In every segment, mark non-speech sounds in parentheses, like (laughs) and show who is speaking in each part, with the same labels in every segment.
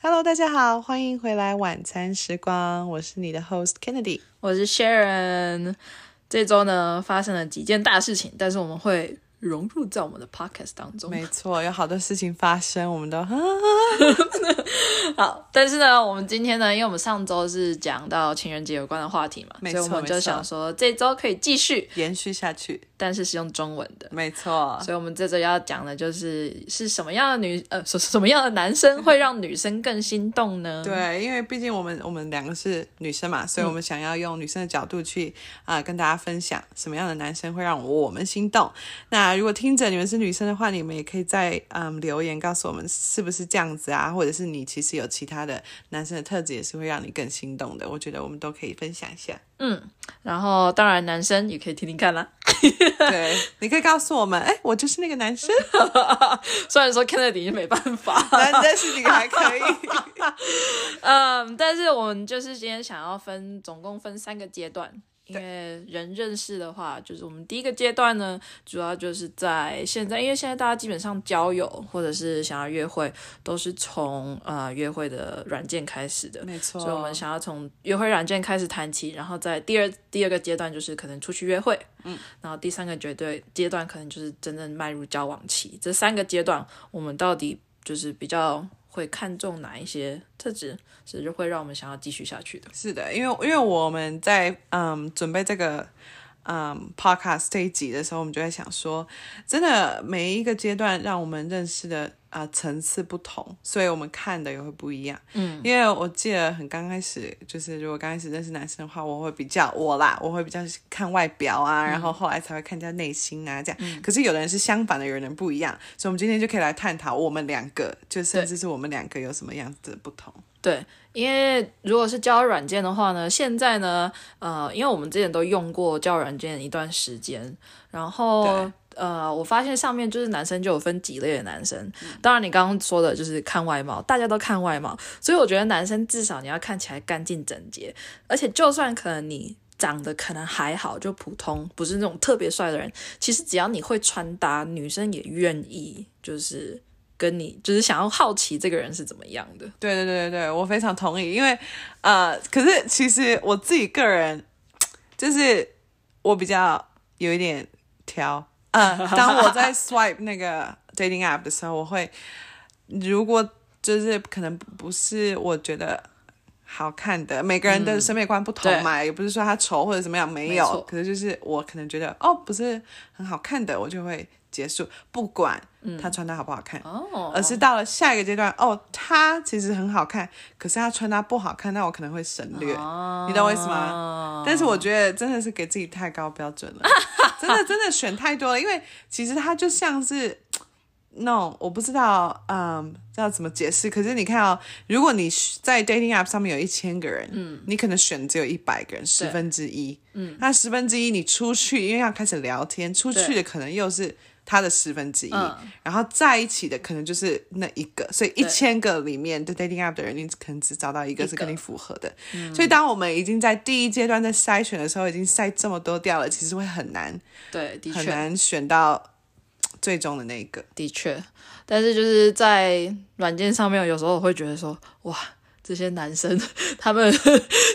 Speaker 1: Hello，大家好，欢迎回来晚餐时光，我是你的 host Kennedy。
Speaker 2: 我是 Sharon。这周呢发生了几件大事情，但是我们会融入在我们的 podcast 当中。
Speaker 1: 没错，有好多事情发生，我们都啊，
Speaker 2: (laughs) 好，但是呢，我们今天呢，因为我们上周是讲到情人节有关的话题嘛，
Speaker 1: 没
Speaker 2: 所
Speaker 1: 错
Speaker 2: 以我们
Speaker 1: 没
Speaker 2: 就
Speaker 1: 错
Speaker 2: 想说这周可以继续，
Speaker 1: 延续下去。
Speaker 2: 但是是用中文的。
Speaker 1: 没错，
Speaker 2: 所以，我们这周要讲的就是是什么样的女呃， (laughs) 什什么样的男生会让女生更心动呢？
Speaker 1: 对，因为毕竟我们我们两个是女生嘛，所以我们想要用女生的角度去啊、跟大家分享什么样的男生会让我们心动。那如果听着你们是女生的话，你们也可以在嗯留言告诉我们是不是这样子啊，或者是你其实有其他的男生的特质也是会让你更心动的。我觉得我们都可以分享一下。
Speaker 2: 然后，当然男生也可以听听看啦。 (laughs)
Speaker 1: 对，你可以告诉我们，哎，我就是那个男生，
Speaker 2: 虽然说 Kennedy 没办法，
Speaker 1: 男但是你还
Speaker 2: (laughs)
Speaker 1: 可以。
Speaker 2: 嗯，但是我们就是今天想要分，总共分三个阶段。因为人认识的话，就是我们第一个阶段呢，主要就是在现在，因为现在大家基本上交友或者是想要约会，都是从呃约会的软件开始的。
Speaker 1: 没错
Speaker 2: 所以我们想要从约会软件开始谈起，然后在第二第二个阶段就是可能出去约会，嗯，然后第三个绝对阶段可能就是真正迈入交往期。这三个阶段，我们到底就是比较会看重哪一些特质，是会让我们想要继续下去的？
Speaker 1: 是的，因为因为我们在嗯准备这个嗯 podcast 这一集的时候，我们就在想说，真的每一个阶段让我们认识的啊、呃层次不同，所以我们看的也会不一样。嗯，因为我记得很刚开始，就是如果刚开始认识男生的话，我会比较我啦，我会比较看外表啊，然后后来才会看一下内心啊这样。可是有的人是相反的，有的人不一样，所以我们今天就可以来探讨我们两个，就甚至是我们两个有什么样子的不同。
Speaker 2: 对，因为如果是交友软件的话呢，现在呢，呃，因为我们之前都用过交友软件一段时间，然后
Speaker 1: 对
Speaker 2: 呃，我发现上面就是男生就有分几类的男生，当然你刚刚说的就是看外貌，大家都看外貌，所以我觉得男生至少你要看起来干净整洁，而且就算可能你。长得可能还好，就普通，不是那种特别帅的人。其实只要你会穿搭，女生也愿意，就是跟你，就是想要好奇这个人是怎么样的。
Speaker 1: 对对对对对，我非常同意，因为呃，可是其实我自己个人就是我比较有一点挑，呃，当我在 swipe 那个 dating app 的时候，我会如果就是可能不是我觉得。好看的，每个人的审美观不同嘛，也不是说他丑或者怎么样，没
Speaker 2: 嗯没
Speaker 1: 有
Speaker 2: 错，
Speaker 1: 可是就是我可能觉得哦，不是很好看的，我就会结束，不管他穿搭好不好看，
Speaker 2: 哦，
Speaker 1: 而是到了下一个阶段，哦，他其实很好看，可是他穿搭不好看，那我可能会省略，
Speaker 2: 啊
Speaker 1: 你懂我意思吗？但是我觉得真的是给自己太高标准了，真的真的选太多了，因为其实他就像是。no，我不知道，嗯，要怎么解释？可是你看哦，如果你在 dating app 上面有一千个人，嗯，你可能选只有一百个人，十分之一，嗯，那十分之一你出去，因为要开始聊天，出去的可能又是他的十分之一，然后在一起的可能就是那一个，所以一千个里面的 dating app 的人，你可能只找到一个是嗯跟你符合的。所以当我们已经在第一阶段在筛选的时候，已经筛这么多掉了，其实会很难
Speaker 2: 对，的
Speaker 1: 很
Speaker 2: 确，
Speaker 1: 难选到最终的那一个。
Speaker 2: 的确，但是就是在软件上面，有时候我会觉得说，哇，这些男生 (laughs) 他们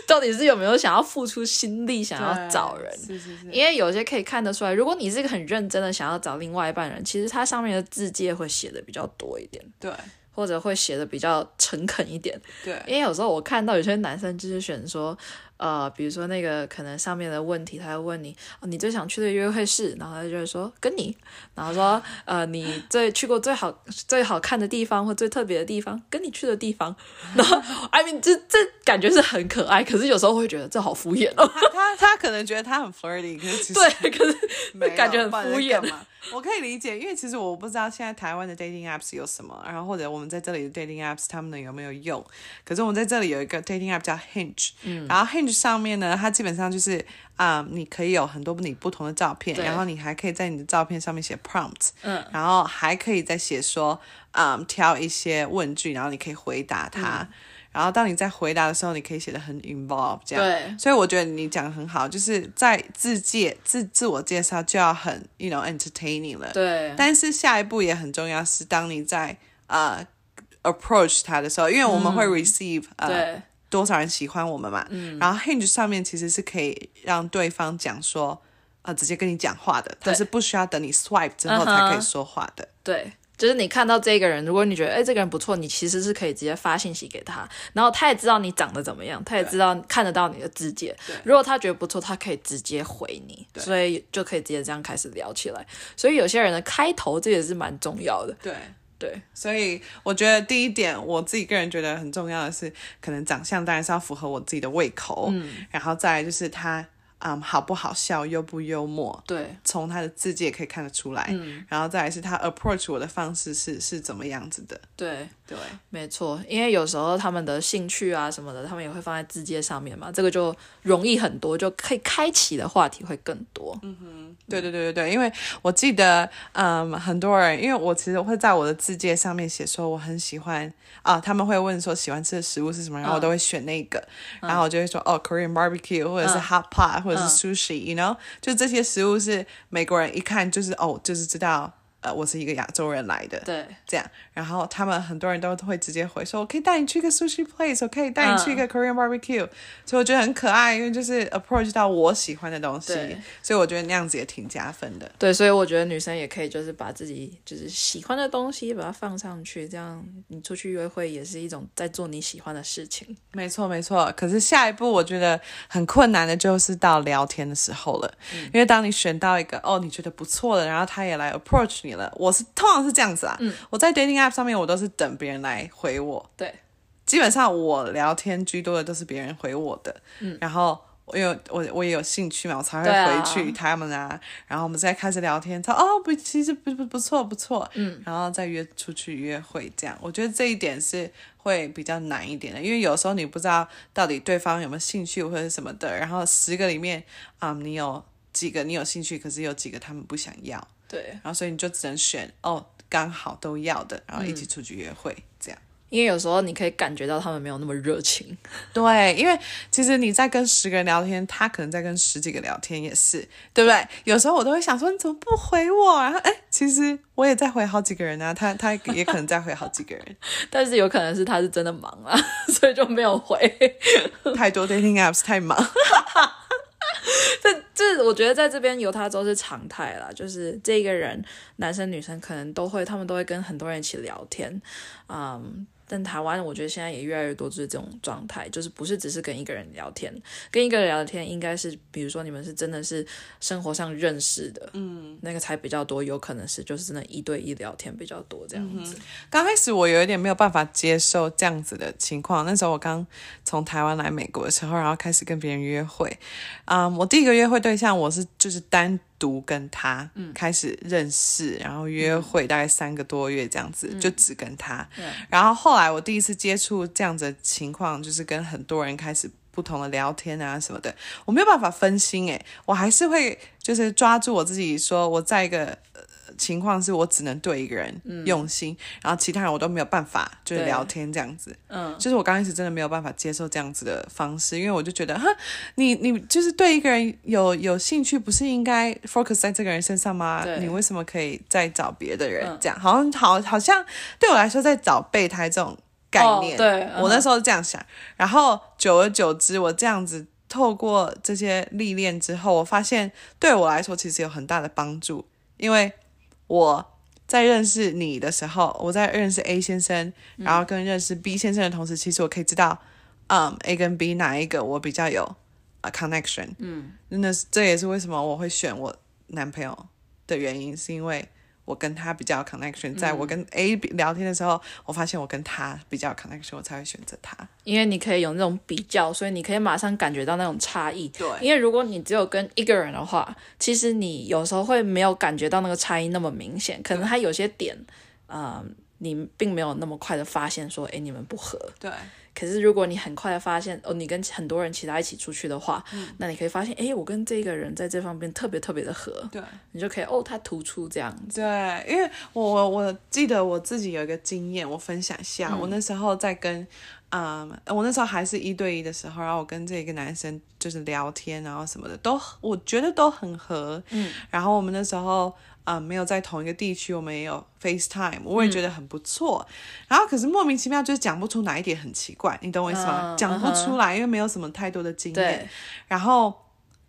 Speaker 2: 到底是有没有想要付出心力，想要找人？
Speaker 1: 是是是，
Speaker 2: 因为有些可以看得出来，如果你是一个很认真的想要找另外一半的人，其实他上面的字界会写的比较多一点，
Speaker 1: 对
Speaker 2: 或者会写的比较诚恳一点。
Speaker 1: 对
Speaker 2: 因为有时候我看到有些男生就是选说，呃，比如说那个可能上面的问题，他会问你、哦你最想去的约会是，然后他就会说跟你，然后说呃你最去过最好最好看的地方或最特别的地方，跟你去的地方，然后 I mean 这这感觉是很可爱，可是有时候会觉得这好敷衍哦， (laughs)
Speaker 1: 他他他可能觉得他很 flirty，可是其实
Speaker 2: 对，可是
Speaker 1: 没有
Speaker 2: (laughs) 感觉很
Speaker 1: 不然在
Speaker 2: 敷衍
Speaker 1: 干嘛。我可以理解，因为其实我不知道现在台湾的 dating apps 有什么，然后或者我们在这里的 dating apps 他们有没有用。可是我们在这里有一个 dating app 叫 Hinge，、然
Speaker 2: 嗯
Speaker 1: 后 Hinge 上面呢，它基本上就是啊、你可以有很多你不同的照片，
Speaker 2: 对
Speaker 1: 然后你还可以在你的照片上面写 prompt，
Speaker 2: 嗯，
Speaker 1: 然后还可以再写说，嗯，挑一些问句，然后你可以回答它。
Speaker 2: 嗯
Speaker 1: 然后当你在回答的时候，你可以写的很 involve 这样。
Speaker 2: 对
Speaker 1: 所以我觉得你讲的很好，就是在自介自自我介绍就要很 you know entertaining 了。
Speaker 2: 对
Speaker 1: 但是下一步也很重要，是当你在呃 approach 他的时候，因为我们会 receive、呃
Speaker 2: 嗯对，嗯
Speaker 1: 多少人喜欢我们嘛，然后 Hinge 上面其实是可以让对方讲说。啊、直接跟你讲话的，他
Speaker 2: 对
Speaker 1: 是不需要等你 swipe 之后
Speaker 2: 嗯哼
Speaker 1: 才可以说话的。
Speaker 2: 对，就是你看到这个人，如果你觉得哎、诶这个人不错，你其实是可以直接发信息给他，然后他也知道你长得怎么样，他也知道看得到你的字节。如果他觉得不错，他可以直接回你，所以就可以直接这样开始聊起来。所以有些人的开头这也是蛮重要的，
Speaker 1: 对，
Speaker 2: 对
Speaker 1: 所以我觉得第一点，我自己个人觉得很重要的是，可能长相当然是要符合我自己的胃口，嗯，然后再来就是他，嗯，好不好笑，幽不幽默，
Speaker 2: 对
Speaker 1: 从他的字迹也可以看得出来，嗯，然后再来是他 approach 我的方式是是怎么样子的，
Speaker 2: 对。
Speaker 1: 对，
Speaker 2: 没错，因为有时候他们的兴趣啊什么的，他们也会放在字节上面嘛，这个就容易很多，就可以开启的话题会更多。
Speaker 1: 对对对对对，因为我记得，嗯，很多人，因为我其实会在我的字界上面写说我很喜欢啊，他们会问说喜欢吃的食物是什么，然后我都会选那个，然后我就会说哦，Korean barbecue 或者是 hot pot 或者是 sushi，you know，就这些食物是美国人一看就是哦，就是知道呃我是一个亚洲人来的，
Speaker 2: 对
Speaker 1: 这样，然后他们很多人都会直接回说，我可以带你去一个 sushi place，我可以带你去一个 Korean barbecue，、所以我觉得很可爱，因为就是 approach 到我喜欢的东西
Speaker 2: 对，
Speaker 1: 所以我觉得那样子也挺加分的。
Speaker 2: 对，所以我觉得女生也可以，就是把自己就是喜欢的东西把它放上去，这样你出去约会也是一种在做你喜欢的事情。
Speaker 1: 没错，没错。可是下一步我觉得很困难的就是到聊天的时候了，因为当你选到一个哦你觉得不错的，然后他也来 approach 你了，我是通常是这样子啊，我在 dating app 上面我都是等别人来回我，
Speaker 2: 对
Speaker 1: 基本上我聊天居多的都是别人回我的，然后。因为我我也有兴趣嘛，我才会
Speaker 2: 对啊
Speaker 1: 回去他们啊，然后我们再开始聊天，说哦不，其实不不不错不错，嗯，然后再约出去约会这样，我觉得这一点是会比较难一点的，因为有时候你不知道到底对方有没有兴趣或者什么的，然后十个里面啊、你有几个你有兴趣，可是有几个他们不想要，
Speaker 2: 对，
Speaker 1: 然后所以你就只能选哦刚好都要的，然后一起出去约会、这样。
Speaker 2: 因为有时候你可以感觉到他们没有那么热情。 (laughs)
Speaker 1: 对，因为其实你在跟十个人聊天，他可能在跟十几个聊天，也是，对不对？有时候我都会想说，你怎么不回我？然后，哎，其实我也在回好几个人啊，他他也可能在回好几个人， (laughs)
Speaker 2: 但是有可能是他是真的忙啊， (laughs) 所以就没有回。
Speaker 1: 太多 dating apps 太忙。
Speaker 2: 这这，我觉得在这边犹他州是常态啦，就是这个人，男生女生可能都会，他们都会跟很多人一起聊天，嗯。但台湾，我觉得现在也越来越多就是这种状态，就是不是只是跟一个人聊天，跟一个人聊天应该是，比如说你们是真的是生活上认识的，嗯，那个才比较多，有可能是就是真的一对一聊天比较多这样子，
Speaker 1: 刚开始我有一点没有办法接受这样子的情况。那时候我刚从台湾来美国的时候，然后开始跟别人约会。嗯，我第一个约会对象我是就是单独跟他开始认识，然后约会大概三个多月这样子，就只跟他。然后后来我第一次接触这样子的情况，就是跟很多人开始。不同的聊天啊什么的，我没有办法分心诶、我还是会就是抓住我自己，说我在一个情况是我只能对一个人用心，然后其他人我都没有办法，就是
Speaker 2: 嗯对
Speaker 1: 聊天这样子。
Speaker 2: 嗯，
Speaker 1: 就是我刚开始真的没有办法接受这样子的方式，因为我就觉得哈，你你就是对一个人有有兴趣，不是应该 focus 在这个人身上吗
Speaker 2: 对？
Speaker 1: 你为什么可以再找别的人？
Speaker 2: 嗯
Speaker 1: 这样好像好好像对我来说在找备胎这种概念。
Speaker 2: 哦对
Speaker 1: 我那
Speaker 2: 嗯
Speaker 1: 时候是这样想，然后久而久之，我这样子。透过这些历练之后，我发现对我来说其实有很大的帮助，因为我在认识你的时候，我在认识 A 先生，然后跟认识 B 先生的同时，其实我可以知道，嗯，A 跟 B 哪一个我比较有啊 connection。嗯，那是这也是为什么我会选我男朋友的原因，是因为我跟他比较有 connection。在我跟 A 比聊天的时候，我发现我跟他比较有 connection，我才会选择他。
Speaker 2: 因为你可以有那种比较，所以你可以马上感觉到那种差异。
Speaker 1: 对
Speaker 2: 因为如果你只有跟一个人的话，其实你有时候会没有感觉到那个差异那么明显，可能他有些点，呃，你并没有那么快的发现说，哎，你们不合。
Speaker 1: 对
Speaker 2: 可是如果你很快的发现，哦，你跟很多人其他一起出去的话，
Speaker 1: 嗯
Speaker 2: 那你可以发现，哎，我跟这个人在这方面特别特别的合，
Speaker 1: 对。
Speaker 2: 你就可以哦，他突出这样子。
Speaker 1: 对，因为我我我记得我自己有一个经验，我分享一下。我那时候在跟，嗯，我那时候还是一对一的时候，然后我跟这个男生啊就是聊天，然后什么的都，我觉得都很合。嗯，然后我们那时候。啊、没有在同一个地区，我们也有 FaceTime，我
Speaker 2: 嗯
Speaker 1: 也觉得很不错。然后可是莫名其妙就是讲不出哪一点很奇怪，你懂我意思吗？
Speaker 2: 嗯
Speaker 1: 讲不
Speaker 2: 嗯哼
Speaker 1: 出来，因为没有什么太多的经验
Speaker 2: 对。，
Speaker 1: 然后，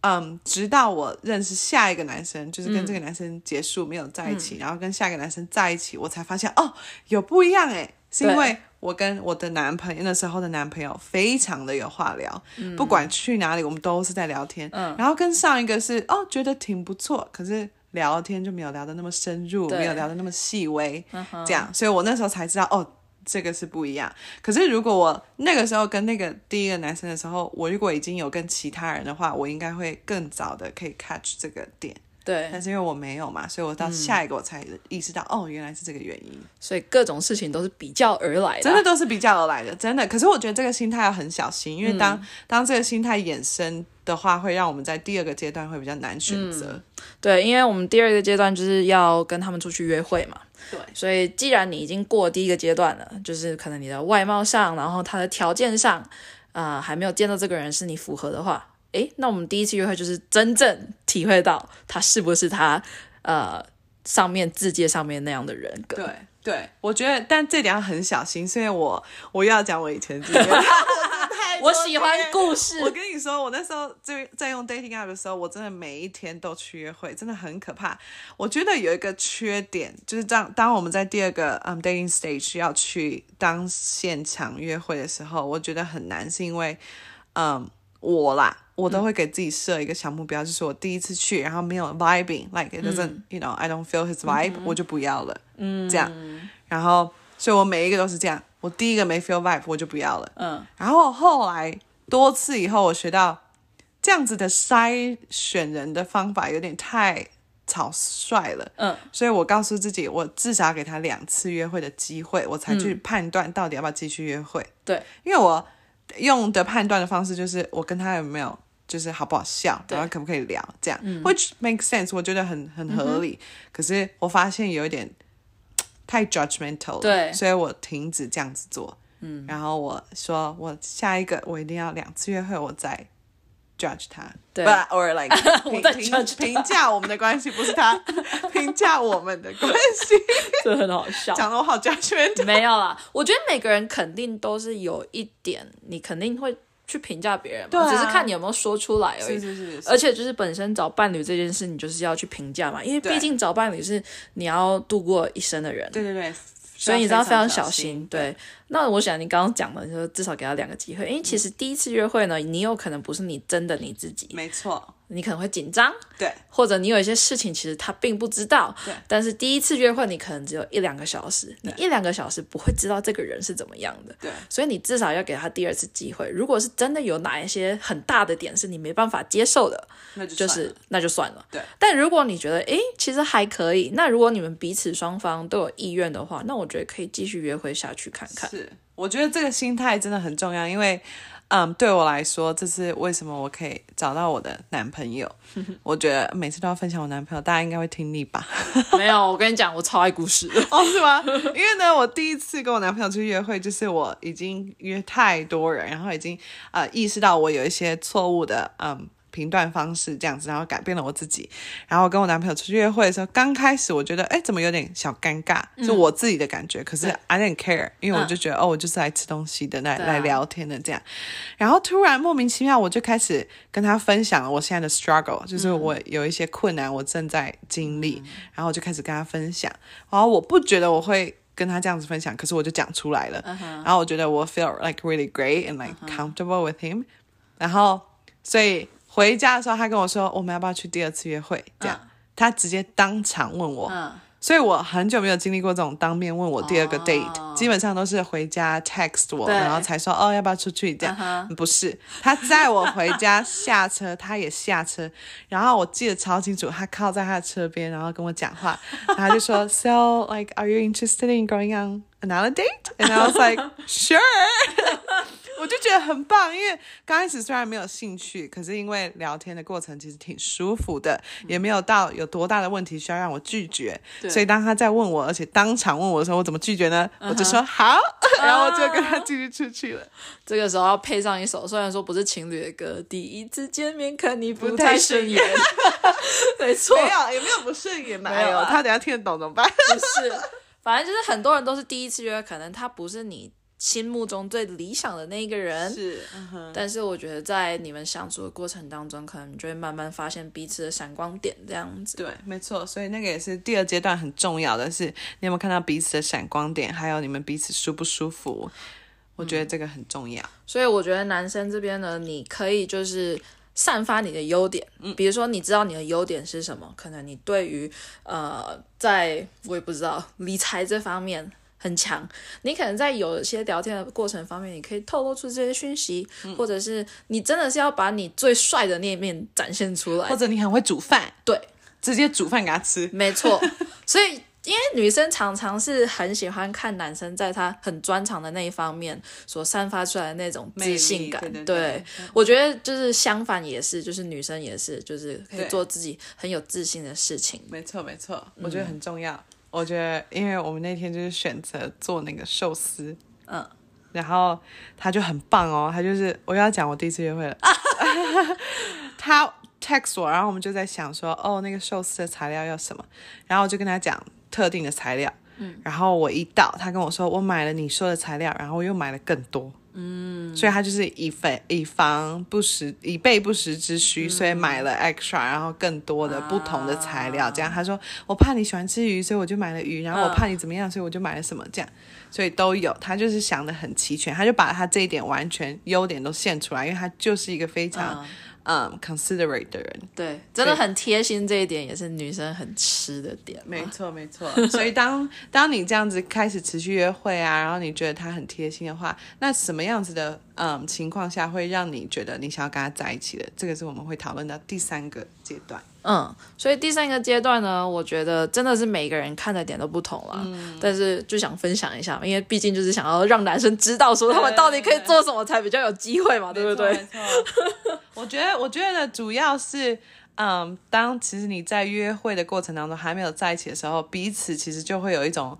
Speaker 1: 嗯，直到我认识下一个男生，就是
Speaker 2: 嗯
Speaker 1: 跟这个男生结束、没有在一起，然后跟下一个男生在一起，我才发现哦，有不一样哎，是因
Speaker 2: 对
Speaker 1: 为我跟我的男朋友那时候的男朋友非常的有话聊，
Speaker 2: 嗯
Speaker 1: 不管去哪里我们都是在聊天，然后跟上一个是哦觉得挺不错，可是。聊天就没有聊得那么深入，
Speaker 2: 对
Speaker 1: 没有聊得那么细微，这样，所以我那时候才知道哦，这个是不一样。可是如果我那个时候跟那个第一个男生的时候，我如果已经有跟其他人的话，我应该会更早的可以 catch 这个点。
Speaker 2: 对，
Speaker 1: 但是因为我没有嘛，所以我到下一个我才意识到，哦，原来是这个原因。
Speaker 2: 所以各种事情都是比较而来的，啊
Speaker 1: 真的，都是比较而来的，真的。可是我觉得这个心态要很小心，因为当、当这个心态衍生的话，会让我们在第二个阶段会比较难选择。
Speaker 2: 对，因为我们第二个阶段就是要跟他们出去约会嘛，
Speaker 1: 对
Speaker 2: 所以既然你已经过第一个阶段了，就是可能你的外貌上，然后他的条件上，啊、还没有见到这个人是你符合的话，诶，那我们第一次约会就是真正体会到他是不是他，呃，上面字界上面那样的人格。
Speaker 1: 对对，我觉得，但这点要很小心，所以我我又要讲我以前经验。
Speaker 2: 我喜欢故事，
Speaker 1: 我跟你说，我那时候在在用 dating app 的时候，我真的每一天都去约会，真的很可怕。我觉得有一个缺点，就是当当我们在第二个嗯 dating stage 要去当现场约会的时候，我觉得很难，是因为嗯我啦，我都会给自己设一个小目标，就是我第一次去，然后没有 vibing，like it doesn't、you know I don't feel his vibe，、我就不要了，嗯，这样，然后所以我每一个都是这样，我第一个没 feel vibe 我就不要了。
Speaker 2: 嗯，
Speaker 1: 然后后来多次以后，我学到这样子的筛选人的方法有点太草率了。
Speaker 2: 嗯，
Speaker 1: 所以我告诉自己，我至少要给他两次约会的机会，我才
Speaker 2: 嗯
Speaker 1: 去判断到底要不要继续约会。
Speaker 2: 对，
Speaker 1: 因为我用的判断的方式就是我跟他有没有就是好不好笑，
Speaker 2: 对嗯
Speaker 1: 然后可不可以聊这样、w h i c h makes sense，我觉得很很合理。可是我发现有一点嘖太 judgmental，了
Speaker 2: 对
Speaker 1: 所以我停止这样子做。嗯，然后我说我下一个我一定要两次约会，我再 judge 他，
Speaker 2: 对
Speaker 1: But- or like
Speaker 2: (laughs) 我
Speaker 1: 评
Speaker 2: 再
Speaker 1: 评
Speaker 2: judge 他
Speaker 1: 评价我们的关系，不是他 (laughs) 评价我们的关系， (laughs)
Speaker 2: 这很好 (laughs) 笑。
Speaker 1: 讲的我好 judgmental，
Speaker 2: (laughs) 没有啦，我觉得每个人肯定都是有一点，你肯定会去评价别人嘛，
Speaker 1: 对啊
Speaker 2: 只是看你有没有说出来而已。
Speaker 1: 是是
Speaker 2: 而且就是本身找伴侣这件事，你就是要去评价嘛，因为
Speaker 1: 对
Speaker 2: 毕竟找伴侣是你要度过一生的人，
Speaker 1: 对对对，
Speaker 2: 所以你知道非常小
Speaker 1: 心
Speaker 2: 心。，对，那我想你刚刚讲的，你说至少给他两个机会，因为其实第一次约会呢，你有可能不是你真的你自己，
Speaker 1: 没错，
Speaker 2: 你可能会紧张，
Speaker 1: 对
Speaker 2: 或者你有一些事情其实他并不知道
Speaker 1: 对，
Speaker 2: 但是第一次约会你可能只有一两个小时，你一两个小时不会知道这个人是怎么样的，
Speaker 1: 对
Speaker 2: 所以你至少要给他第二次机会。如果是真的有哪一些很大的点是你没办法接受的，
Speaker 1: 那就
Speaker 2: 就
Speaker 1: 算
Speaker 2: 是
Speaker 1: 了
Speaker 2: 那就算了。
Speaker 1: 对，
Speaker 2: 但如果你觉得诶其实还可以，那如果你们彼此双方都有意愿的话，那我觉得可以继续约会下去看看。
Speaker 1: 是，我觉得这个心态真的很重要，因为，嗯，对我来说，这是为什么我可以找到我的男朋友。我觉得每次都要分享我男朋友，大家应该会听腻吧？
Speaker 2: 没有，我跟你讲，我超爱故事的。
Speaker 1: 哦，是吗？因为呢，我第一次跟我男朋友去约会，就是我已经约太多人，然后已经呃意识到我有一些错误的嗯评断方式这样子，然后改变了我自己。然后跟我男朋友出去约会的时候，刚开始我觉得哎怎么有点小尴尬，
Speaker 2: 嗯
Speaker 1: 就我自己的感觉。可是 I didn't care，因为我就觉得、哦我就是来吃东西的，来、
Speaker 2: 对啊
Speaker 1: 来聊天的这样。然后突然莫名其妙，我就开始跟他分享我现在的 struggle，就是
Speaker 2: 嗯
Speaker 1: 我有一些困难，我正在经历，然后我就开始跟他分享。然后我不觉得我会跟他这样子分享，可是我就讲出来了。
Speaker 2: 嗯
Speaker 1: 然后我觉得我 feel like really great and like comfortable with him。然后所以回家的时候，他跟我说我们要不要去第二次约会？这样，他直接当场问我。
Speaker 2: 嗯，哦
Speaker 1: 所以我很久没有经历过这种当面问我第二个 date，、基本上都是回家 text 我，
Speaker 2: 对
Speaker 1: 然后才说哦要不要出去这样。不是，他载我回家下车，他也下车，然后我记得超清楚，他靠在他的车边，然后跟我讲话，然后他就说 So like are you interested in going on another date？And I was like sure 。我就觉得很棒，因为刚开始虽然没有兴趣，可是因为聊天的过程其实挺舒服的，也没有到有多大的问题需要让我拒绝。
Speaker 2: 对
Speaker 1: 所以当他在问我，而且当场问我的时候，我怎么拒绝呢？我就说好， (laughs) 然后我就跟他继续出去了。
Speaker 2: 这个时候要配上一首，虽然说不是情侣的歌，《第一次见面看你不
Speaker 1: 不
Speaker 2: 太
Speaker 1: 太
Speaker 2: 顺
Speaker 1: 顺
Speaker 2: 眼》， (laughs) 没错，
Speaker 1: 没有，也没有不顺眼嘛。
Speaker 2: 没有
Speaker 1: 哎呦
Speaker 2: 啊
Speaker 1: 他等一下听得懂怎么办？
Speaker 2: 不是，反正就是很多人都是第一次约，可能他不是你心目中最理想的那一个人。
Speaker 1: 是，嗯哼，
Speaker 2: 但 (laughs) 是我觉得在你们相处的过程当中，可能你就会慢慢发现彼此的闪光点，这样子。
Speaker 1: 对，没错。所以那个也是第二阶段很重要的是，你有没有看到彼此的闪光点，还有你们彼此舒不舒服？我觉得
Speaker 2: 嗯
Speaker 1: 这个很重要。
Speaker 2: 所以我觉得男生这边呢，你可以就是散发你的优点，比如说你知道你的优点是什么，可能你对于呃，在我也不知道理财这方面。很强，你可能在有些聊天的过程方面，你可以透露出这些讯息，或者是你真的是要把你最帅的那一面展现出来
Speaker 1: 或，者你很会煮饭，
Speaker 2: 对，
Speaker 1: 直接煮饭给他吃。
Speaker 2: 没错，所以因为女生常常是很喜欢看男生在他很专长的那一方面所散发出来的那种自信感。
Speaker 1: 魅力对对对嗯
Speaker 2: 我觉得就是相反也是，就是女生也是，就是可以
Speaker 1: 对
Speaker 2: 做自己很有自信的事情。
Speaker 1: 没错，没错，我觉得很重要。我觉得，因为我们那天就是选择做那个寿司，
Speaker 2: 嗯，
Speaker 1: 然后他就很棒哦，他就是我又要讲我第一次约会了， (laughs) 他 text 我，然后我们就在想说，哦，那个寿司的材料要什么，然后我就跟他讲特定的材料，嗯，然后我一到，他跟我说我买了你说的材料，然后我又买了更多。嗯，所以他就是以防以防不时以备不时之需，所以买了 extra，然后更多的不同的材料，这样他说我怕你喜欢吃鱼，所以我就买了鱼，然后我怕你怎么样，所以我就买了什么这样，所以都有。他就是想的很齐全，他就把他这一点完全优点都献出来，因为他就是一个非常嗯 considerate 的人。
Speaker 2: 对，真的很贴心，这一点也是女生很吃的点。
Speaker 1: 没错，没错。 (laughs) 所以当当你这样子开始持续约会啊，然后你觉得他很贴心的话，那什么样子的嗯情况下会让你觉得你想要跟他在一起的？这个是我们会讨论到第三个阶段。
Speaker 2: 嗯，所以第三个阶段呢，我觉得真的是每个人看的点都不同了，
Speaker 1: 嗯
Speaker 2: 但是就想分享一下，因为毕竟就是想要让男生知道说他们到底可以做什么才比较有机会嘛，对不对？
Speaker 1: 没错，没错 (laughs) 我觉得，我觉得主要是，嗯，当其实你在约会的过程当中还没有在一起的时候，彼此其实就会有一种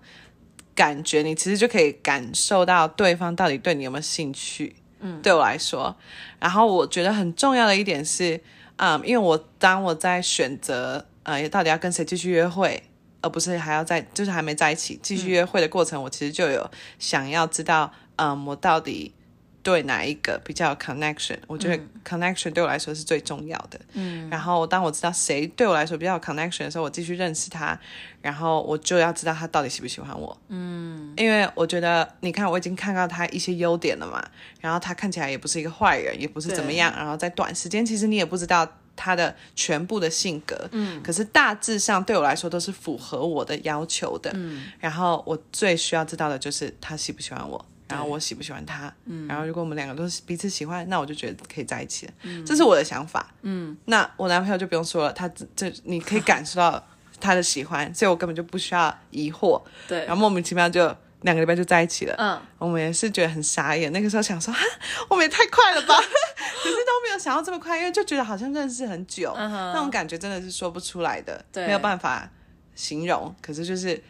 Speaker 1: 感觉，你其实就可以感受到对方到底对你有没有兴趣。嗯，对我来说，然后我觉得很重要的一点是，嗯，因为我当我在选择，呃，到底要跟谁继续约会。而不是还要在，就是还没在一起继
Speaker 2: 嗯
Speaker 1: 续约会的过程，我其实就有想要知道，嗯，我到底对哪一个比较有 connection，我觉得 connection 对我来说是最重要的。嗯，然后当我知道谁对我来说比较有 connection 的时候，我继续认识他，然后我就要知道他到底喜不喜欢我。嗯，因为我觉得你看我已经看到他一些优点了嘛，然后他看起来也不是一个坏人，也不是怎么样，然后在短时间其实你也不知道。他的全部的性格，嗯，可是大致上对我来说都是符合我的要求的，嗯，然后我最需要知道的就是他喜不喜欢我，然后我喜不喜欢他，嗯，然后如果我们两个都是彼此喜欢，那我就觉得可以在一起了，嗯，这是我的想法，嗯，那我男朋友就不用说了，他这这你可以感受到他的喜欢，所以我根本就不需要疑惑，
Speaker 2: 对
Speaker 1: 然后莫名其妙就两个礼拜就在一起了，
Speaker 2: 嗯，
Speaker 1: 我们也是觉得很傻眼，那个时候想说哈，我们也太快
Speaker 2: (laughs)
Speaker 1: 了吧，可是都没有想到这么快，因为就觉得好像认识很久，那种感觉真的是说不出来的，
Speaker 2: 嗯对
Speaker 1: 没有办法形容，可是就是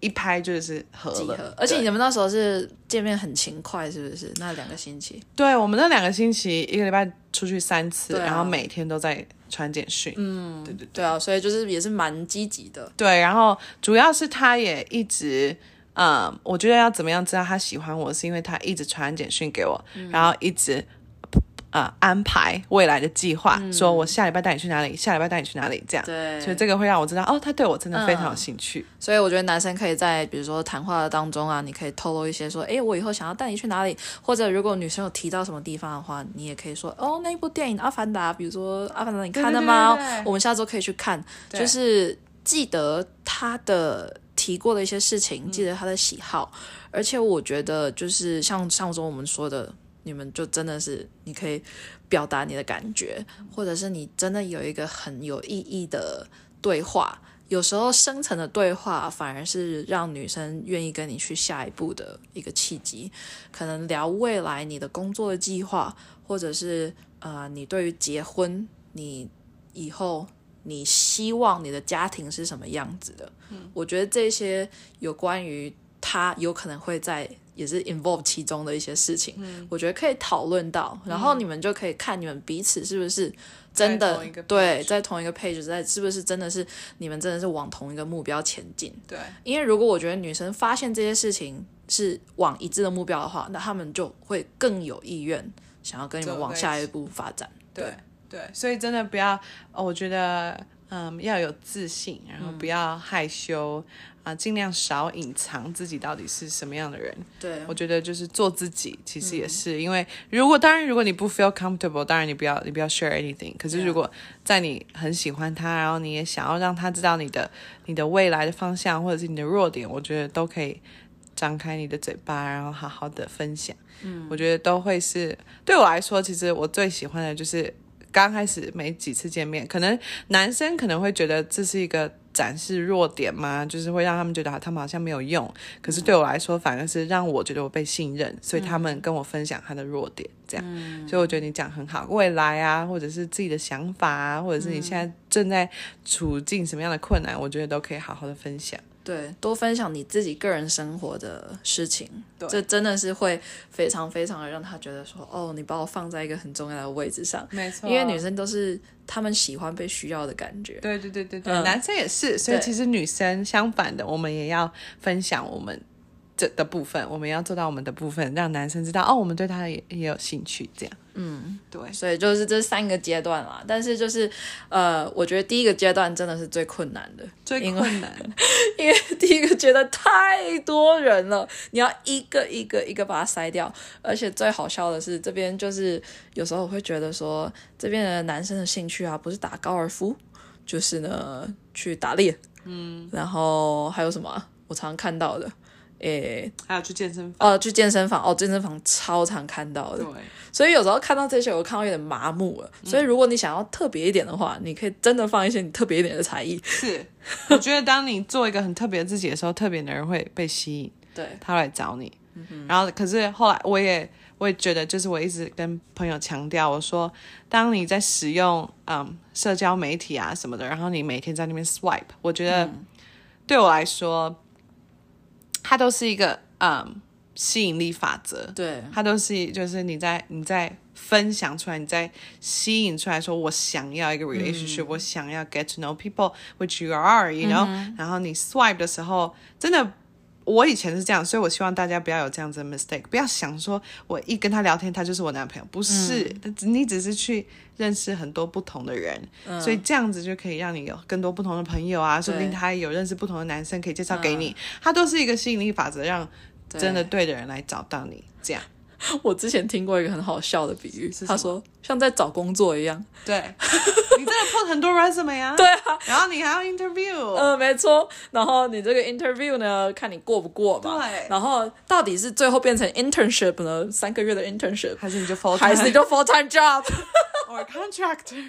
Speaker 1: 一拍就是合
Speaker 2: 集
Speaker 1: 了
Speaker 2: 合，，而且
Speaker 1: 对
Speaker 2: 你们那时候是见面很勤快，是不是？那两个星期，
Speaker 1: 对，我们那两个星期，一个礼拜出去三次，
Speaker 2: 对啊
Speaker 1: 然后每天都在传简讯。嗯，对对对
Speaker 2: 对啊，所以就是也是蛮积极的，
Speaker 1: 对，然后主要是他也一直。嗯，我觉得要怎么样知道他喜欢我，是因为他一直传简讯给我，然后一直呃安排未来的计划，说我下礼拜带你去哪里，下礼拜带你去哪里，这样。
Speaker 2: 对
Speaker 1: 所以这个会让我知道，哦，他对我真的非常有兴趣。
Speaker 2: 所以我觉得男生可以在比如说谈话当中啊，你可以透露一些说，诶，我以后想要带你去哪里，或者如果女生有提到什么地方的话，你也可以说，哦，那一部电影《阿凡达》，比如说《阿凡达》，你看了吗？
Speaker 1: 对对对对对
Speaker 2: 我们下周可以去看，
Speaker 1: 对
Speaker 2: 就是记得他的。提过的一些事情，记
Speaker 1: 嗯
Speaker 2: 得他的喜好，而且我觉得就是像上周我们说的，你们就真的是你可以表达你的感觉，或者是你真的有一个很有意义的对话，有时候深层的对话反而是让女生愿意跟你去下一步的一个契机，可能聊未来你的工作的计划，或者是呃你对于结婚，你以后你希望你的家庭是什么样子的，
Speaker 1: 嗯
Speaker 2: 我觉得这些有关于他有可能会在也是 involve 其中的一些事情，
Speaker 1: 嗯
Speaker 2: 我觉得可以讨论到，然后你们就可以看你们彼此是不是真
Speaker 1: 在
Speaker 2: 的
Speaker 1: 同一个
Speaker 2: 对
Speaker 1: page
Speaker 2: 在同一个 page，在是不是真的是你们真的是往同一个目标前进？
Speaker 1: 对，
Speaker 2: 因为如果我觉得女生发现这些事情是往一致的目标的话，那她们就会更有意愿想要跟你们
Speaker 1: 走
Speaker 2: 往
Speaker 1: 在一
Speaker 2: 下一步发展。
Speaker 1: 对对，所以真的不要，呃我觉得嗯要有自信，然后不要害羞啊、尽量少隐藏自己到底是什么样的人。
Speaker 2: 对
Speaker 1: 我觉得就是做自己，其实也是、因为如果当然如果你不 feel comfortable，当然你不要你不要 share anything。可是如果在你很喜欢他，然后你也想要让他知道你的你的未来的方向或者是你的弱点，我觉得都可以张开你的嘴巴，然后好好的分享。嗯，我觉得都会是对我来说，其实我最喜欢的就是刚开始没几次见面，可能男生可能会觉得这是一个展示弱点嘛，就是会让他们觉得啊他们好像没有用。可是对我来说，反而是让我觉得我被信任，所以他们跟我分享他的弱点，这样。所以我觉得你讲很好，未来啊，或者是自己的想法啊，或者是你现在正在处境什么样的困难，我觉得都可以好好的分享。
Speaker 2: 对，多分享你自己个人生活的事情，
Speaker 1: 对
Speaker 2: 这真的是会非常非常的让她觉得说，哦，你把我放在一个很重要的位置上，
Speaker 1: 没错
Speaker 2: 因为女生都是她们喜欢被需要的感觉。
Speaker 1: 对对对对对，
Speaker 2: 嗯
Speaker 1: 男生也是，所以
Speaker 2: 对
Speaker 1: 其实女生相反的，我们也要分享我们这的部分，我们要做到我们的部分，让男生知道哦，我们对他也也有兴趣，这样。嗯，对，
Speaker 2: 所以就是这三个阶段啦，但是就是，呃，我觉得第一个阶段真的是最困难的，
Speaker 1: 最
Speaker 2: 因为
Speaker 1: 困难，
Speaker 2: 因为第一个觉得太多人了，你要一个一个一个把它筛掉，而且最好笑的是，这边就是有时候我会觉得说，这边的男生的兴趣啊，不是打高尔夫，就是呢去打猎，嗯，然后还有什么啊、我常看到的，诶，
Speaker 1: 还有去健身房，
Speaker 2: 哦，去健身房，哦，健身房超常看到的
Speaker 1: 对，，
Speaker 2: 所以有时候看到这些，我看到有点麻木了。所以如果你想要特别一点的话，你可以真的放一些你特别一点的才艺， (laughs)
Speaker 1: 是，我觉得当你做一个很特别的自己的时候，特别的人会被吸引，
Speaker 2: 对，
Speaker 1: 他会来找你。然后，可是后来我也我也觉得，就是我一直跟朋友强调，我说，当你在使用嗯社交媒体啊什么的，然后你每天在那边 swipe，我觉得对我来说，它都是一个嗯吸引力法则。
Speaker 2: 对，
Speaker 1: 它都是就是你在你在分享出来，你在吸引出来说，我想要
Speaker 2: 嗯
Speaker 1: 一个 relationship，、我想要 get to know people，which you are，you
Speaker 2: 嗯
Speaker 1: know、然后你 swipe 的时候，真的。我以前是这样，所以我希望大家不要有这样子的 mistake，不要想说我一跟他聊天，他就是我男朋友，不是，
Speaker 2: 嗯
Speaker 1: 你只是去认识很多不同的人，所以这样子就可以让你有更多不同的朋友啊，说不定
Speaker 2: 嗯对嗯
Speaker 1: 他也有认识不同的男生可以介绍给你，他都是一个吸引力法则，让
Speaker 2: 对
Speaker 1: 真的对的人来找到你，这样。
Speaker 2: (laughs) 我之前听过一个很好笑的比喻，
Speaker 1: 是什么
Speaker 2: 他说像在找工作一样。 (laughs)
Speaker 1: 对，你真的 put 很多 resume 啊，对啊，然后你还要 interview，、
Speaker 2: 呃，没错。然后你这个 interview 呢，看你过不过嘛。
Speaker 1: 对
Speaker 2: 然后到底是最后变成 internship 呢，三个月的 internship，
Speaker 1: 还是你就 full
Speaker 2: 还是就 full time job？
Speaker 1: (laughs)
Speaker 2: (laughs)
Speaker 1: or contractor？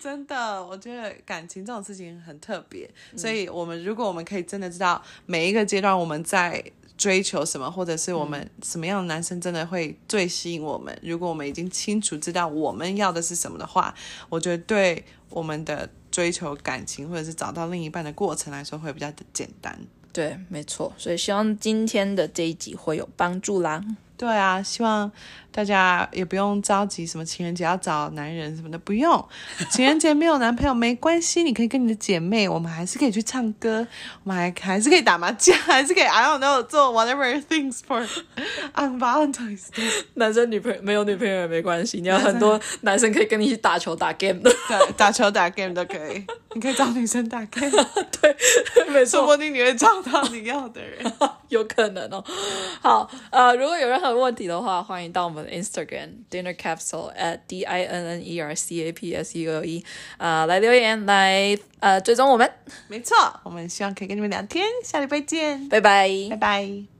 Speaker 1: 真的，我觉得感情这种事情很特别，
Speaker 2: 嗯
Speaker 1: 所以我们如果我们可以真的知道每一个阶段我们在追求什么，或者是我
Speaker 2: 嗯
Speaker 1: 们什么样的男生真的会最吸引我们，如果我们已经清楚知道我们要的是什么的话，我觉得对我们的追求感情或者是找到另一半的过程来说会比较简单。
Speaker 2: 对，没错。所以希望今天的这一集会有帮助啦。
Speaker 1: 对啊，希望大家也不用着急，什么情人节要找男人什么的，不 (laughs) 用。情人节没有男朋友没关系，你可以跟你的姐妹，我们还是可以去唱歌，我们还还是可以打麻将， (laughs) 还是可以 I don't know 做 whatever things for (laughs) on Valentine's Day。
Speaker 2: 男生女朋友没有女朋友也没关系，你有很多男生可以跟你一起打球打 game (laughs) 的。
Speaker 1: 对， (laughs) 打球打 game 都可以，你可以找女生打 (laughs) game，
Speaker 2: 没
Speaker 1: 说
Speaker 2: 错，
Speaker 1: 不定你会找到你要的 (laughs) 人。
Speaker 2: (laughs) 有可能哦。好，呃，如果有任何问题的话，欢迎到我们的 Instagram dinner capsule at d i n n e r c a p s u l e 啊、呃来留言来呃追踪我们，
Speaker 1: 没错，我们希望可以跟你们聊天，下礼拜见，
Speaker 2: 拜拜
Speaker 1: 拜拜。